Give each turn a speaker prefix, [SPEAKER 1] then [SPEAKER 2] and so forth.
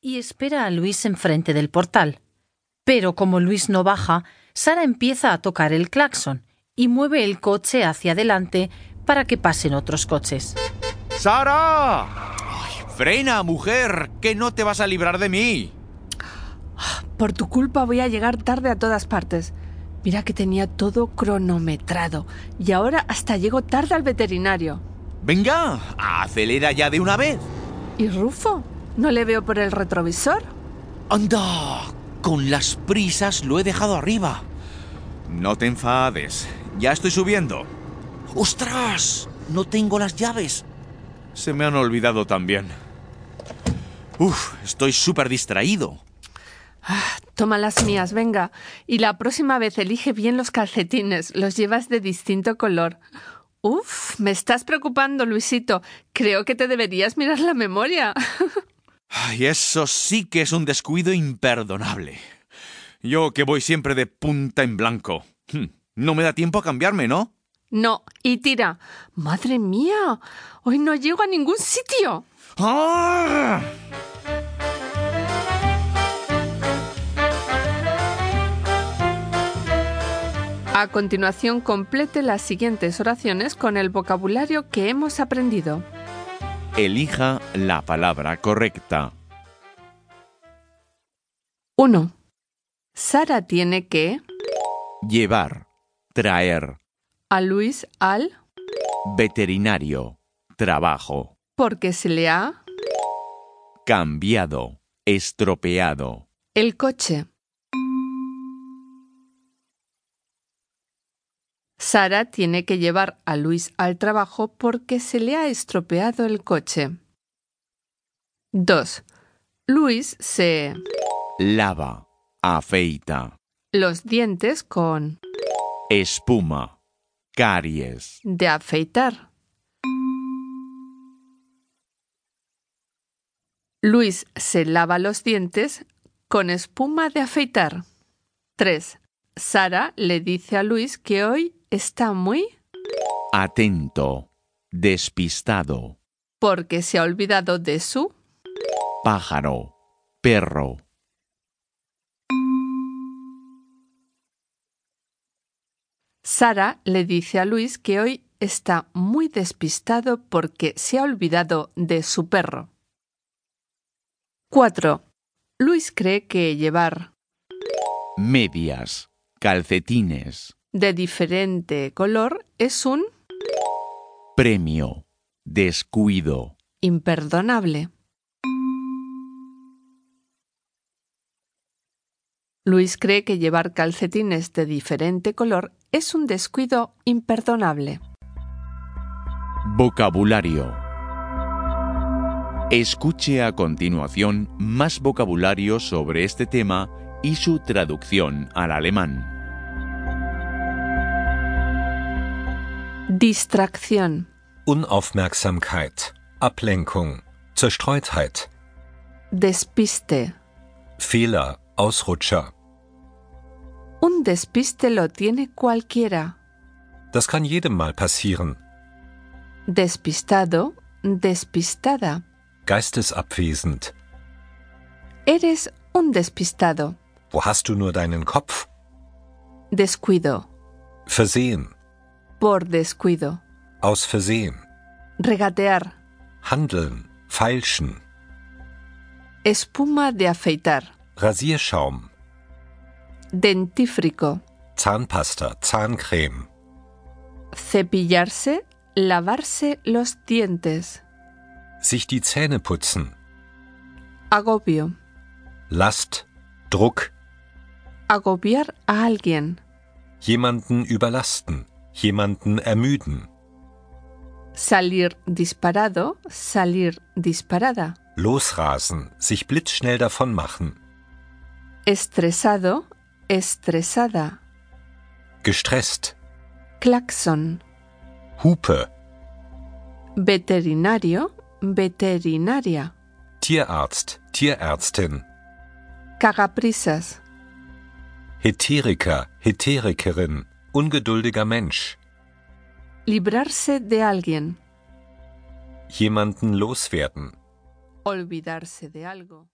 [SPEAKER 1] y espera a Luis enfrente del portal. Pero como Luis no baja, Sara empieza a tocar el claxon y mueve el coche hacia adelante para que pasen otros coches.
[SPEAKER 2] ¡Sara! ¡Frena, mujer! ¡Que no te vas a librar de mí!
[SPEAKER 3] Por tu culpa voy a llegar tarde a todas partes. Mira que tenía todo cronometrado y ahora hasta llego tarde al veterinario.
[SPEAKER 2] Venga, acelera ya de una vez.
[SPEAKER 3] ¿Y Rufo? ¿No le veo por el retrovisor?
[SPEAKER 2] Anda, con las prisas lo he dejado arriba. No te enfades, ya estoy subiendo. ¡Ostras! No tengo las llaves. Se me han olvidado también. Uf, estoy súper distraído.
[SPEAKER 3] Ah, toma las mías, venga. Y la próxima vez elige bien los calcetines, los llevas de distinto color. Uf, me estás preocupando, Luisito. Creo que te deberías mirar la memoria.
[SPEAKER 2] Y eso sí que es un descuido imperdonable. Yo que voy siempre de punta en blanco. Hm, No me da tiempo a cambiarme, ¿no?
[SPEAKER 3] No, y tira. Madre mía, hoy no llego a ningún sitio.
[SPEAKER 2] ¡Ah!
[SPEAKER 3] A continuación, complete las siguientes oraciones con el vocabulario que hemos aprendido.
[SPEAKER 2] Elija la palabra correcta.
[SPEAKER 3] 1. Sara tiene que
[SPEAKER 2] Llevar. Traer.
[SPEAKER 3] a Luis al
[SPEAKER 2] Veterinario. Trabajo.
[SPEAKER 3] porque se le ha
[SPEAKER 2] Cambiado. Estropeado.
[SPEAKER 3] el coche. Sara tiene que llevar a Luis al trabajo porque se le ha estropeado el coche. 2. Luis se
[SPEAKER 2] Lava. Afeita.
[SPEAKER 3] los dientes con
[SPEAKER 2] Espuma. Caries.
[SPEAKER 3] de afeitar. Luis se lava los dientes con espuma de afeitar. 3. Sara le dice a Luis que hoy está muy
[SPEAKER 2] Atento. Despistado.
[SPEAKER 3] porque se ha olvidado de su.
[SPEAKER 2] Pájaro. Perro.
[SPEAKER 3] Sara le dice a Luis que hoy está muy despistado porque se ha olvidado de su perro. 4. Luis cree que llevar
[SPEAKER 2] Medias. Calcetines.
[SPEAKER 3] de diferente color es un
[SPEAKER 2] Premio. Descuido.
[SPEAKER 3] imperdonable. Luis cree que llevar calcetines de diferente color es un descuido imperdonable.
[SPEAKER 2] Vocabulario. Escuche a continuación más vocabulario sobre este tema y su traducción al alemán.
[SPEAKER 3] Distracción,
[SPEAKER 4] Unaufmerksamkeit, Ablenkung, Zerstreutheit,
[SPEAKER 3] despiste.
[SPEAKER 4] Fehler, Ausrutscher.
[SPEAKER 3] Un despiste lo tiene cualquiera.
[SPEAKER 4] Das kann jedem mal passieren.
[SPEAKER 3] Despistado, despistada.
[SPEAKER 4] Geistesabwesend.
[SPEAKER 3] Eres un despistado.
[SPEAKER 4] Wo hast du nur deinen Kopf?
[SPEAKER 3] Descuido,
[SPEAKER 4] Versehen,
[SPEAKER 3] por descuido.
[SPEAKER 4] aus Versehen.
[SPEAKER 3] Regatear,
[SPEAKER 4] Handeln, feilschen.
[SPEAKER 3] espuma de afeitar.
[SPEAKER 4] Rasierschaum,
[SPEAKER 3] Dentífrico.
[SPEAKER 4] Zahnpasta, Zahncreme.
[SPEAKER 3] Cepillarse, lavarse los dientes.
[SPEAKER 4] Sich die Zähne putzen.
[SPEAKER 3] Agobio.
[SPEAKER 4] Last, Druck,
[SPEAKER 3] Agobiar a alguien.
[SPEAKER 4] jemanden überlasten, jemanden ermüden.
[SPEAKER 3] Salir disparado, salir disparada.
[SPEAKER 4] Losrasen, sich blitzschnell davonmachen.
[SPEAKER 3] Estresado, estresada.
[SPEAKER 4] Gestresst,
[SPEAKER 3] Claxon.
[SPEAKER 4] Hupe,
[SPEAKER 3] Veterinario, veterinaria.
[SPEAKER 4] Tierarzt, Tierärztin.
[SPEAKER 3] Cagaprisas.
[SPEAKER 4] Heteriker, Heterikerin, ungeduldiger Mensch,
[SPEAKER 3] Librarse de alguien.
[SPEAKER 4] jemanden loswerden.
[SPEAKER 3] Olvidarse de algo.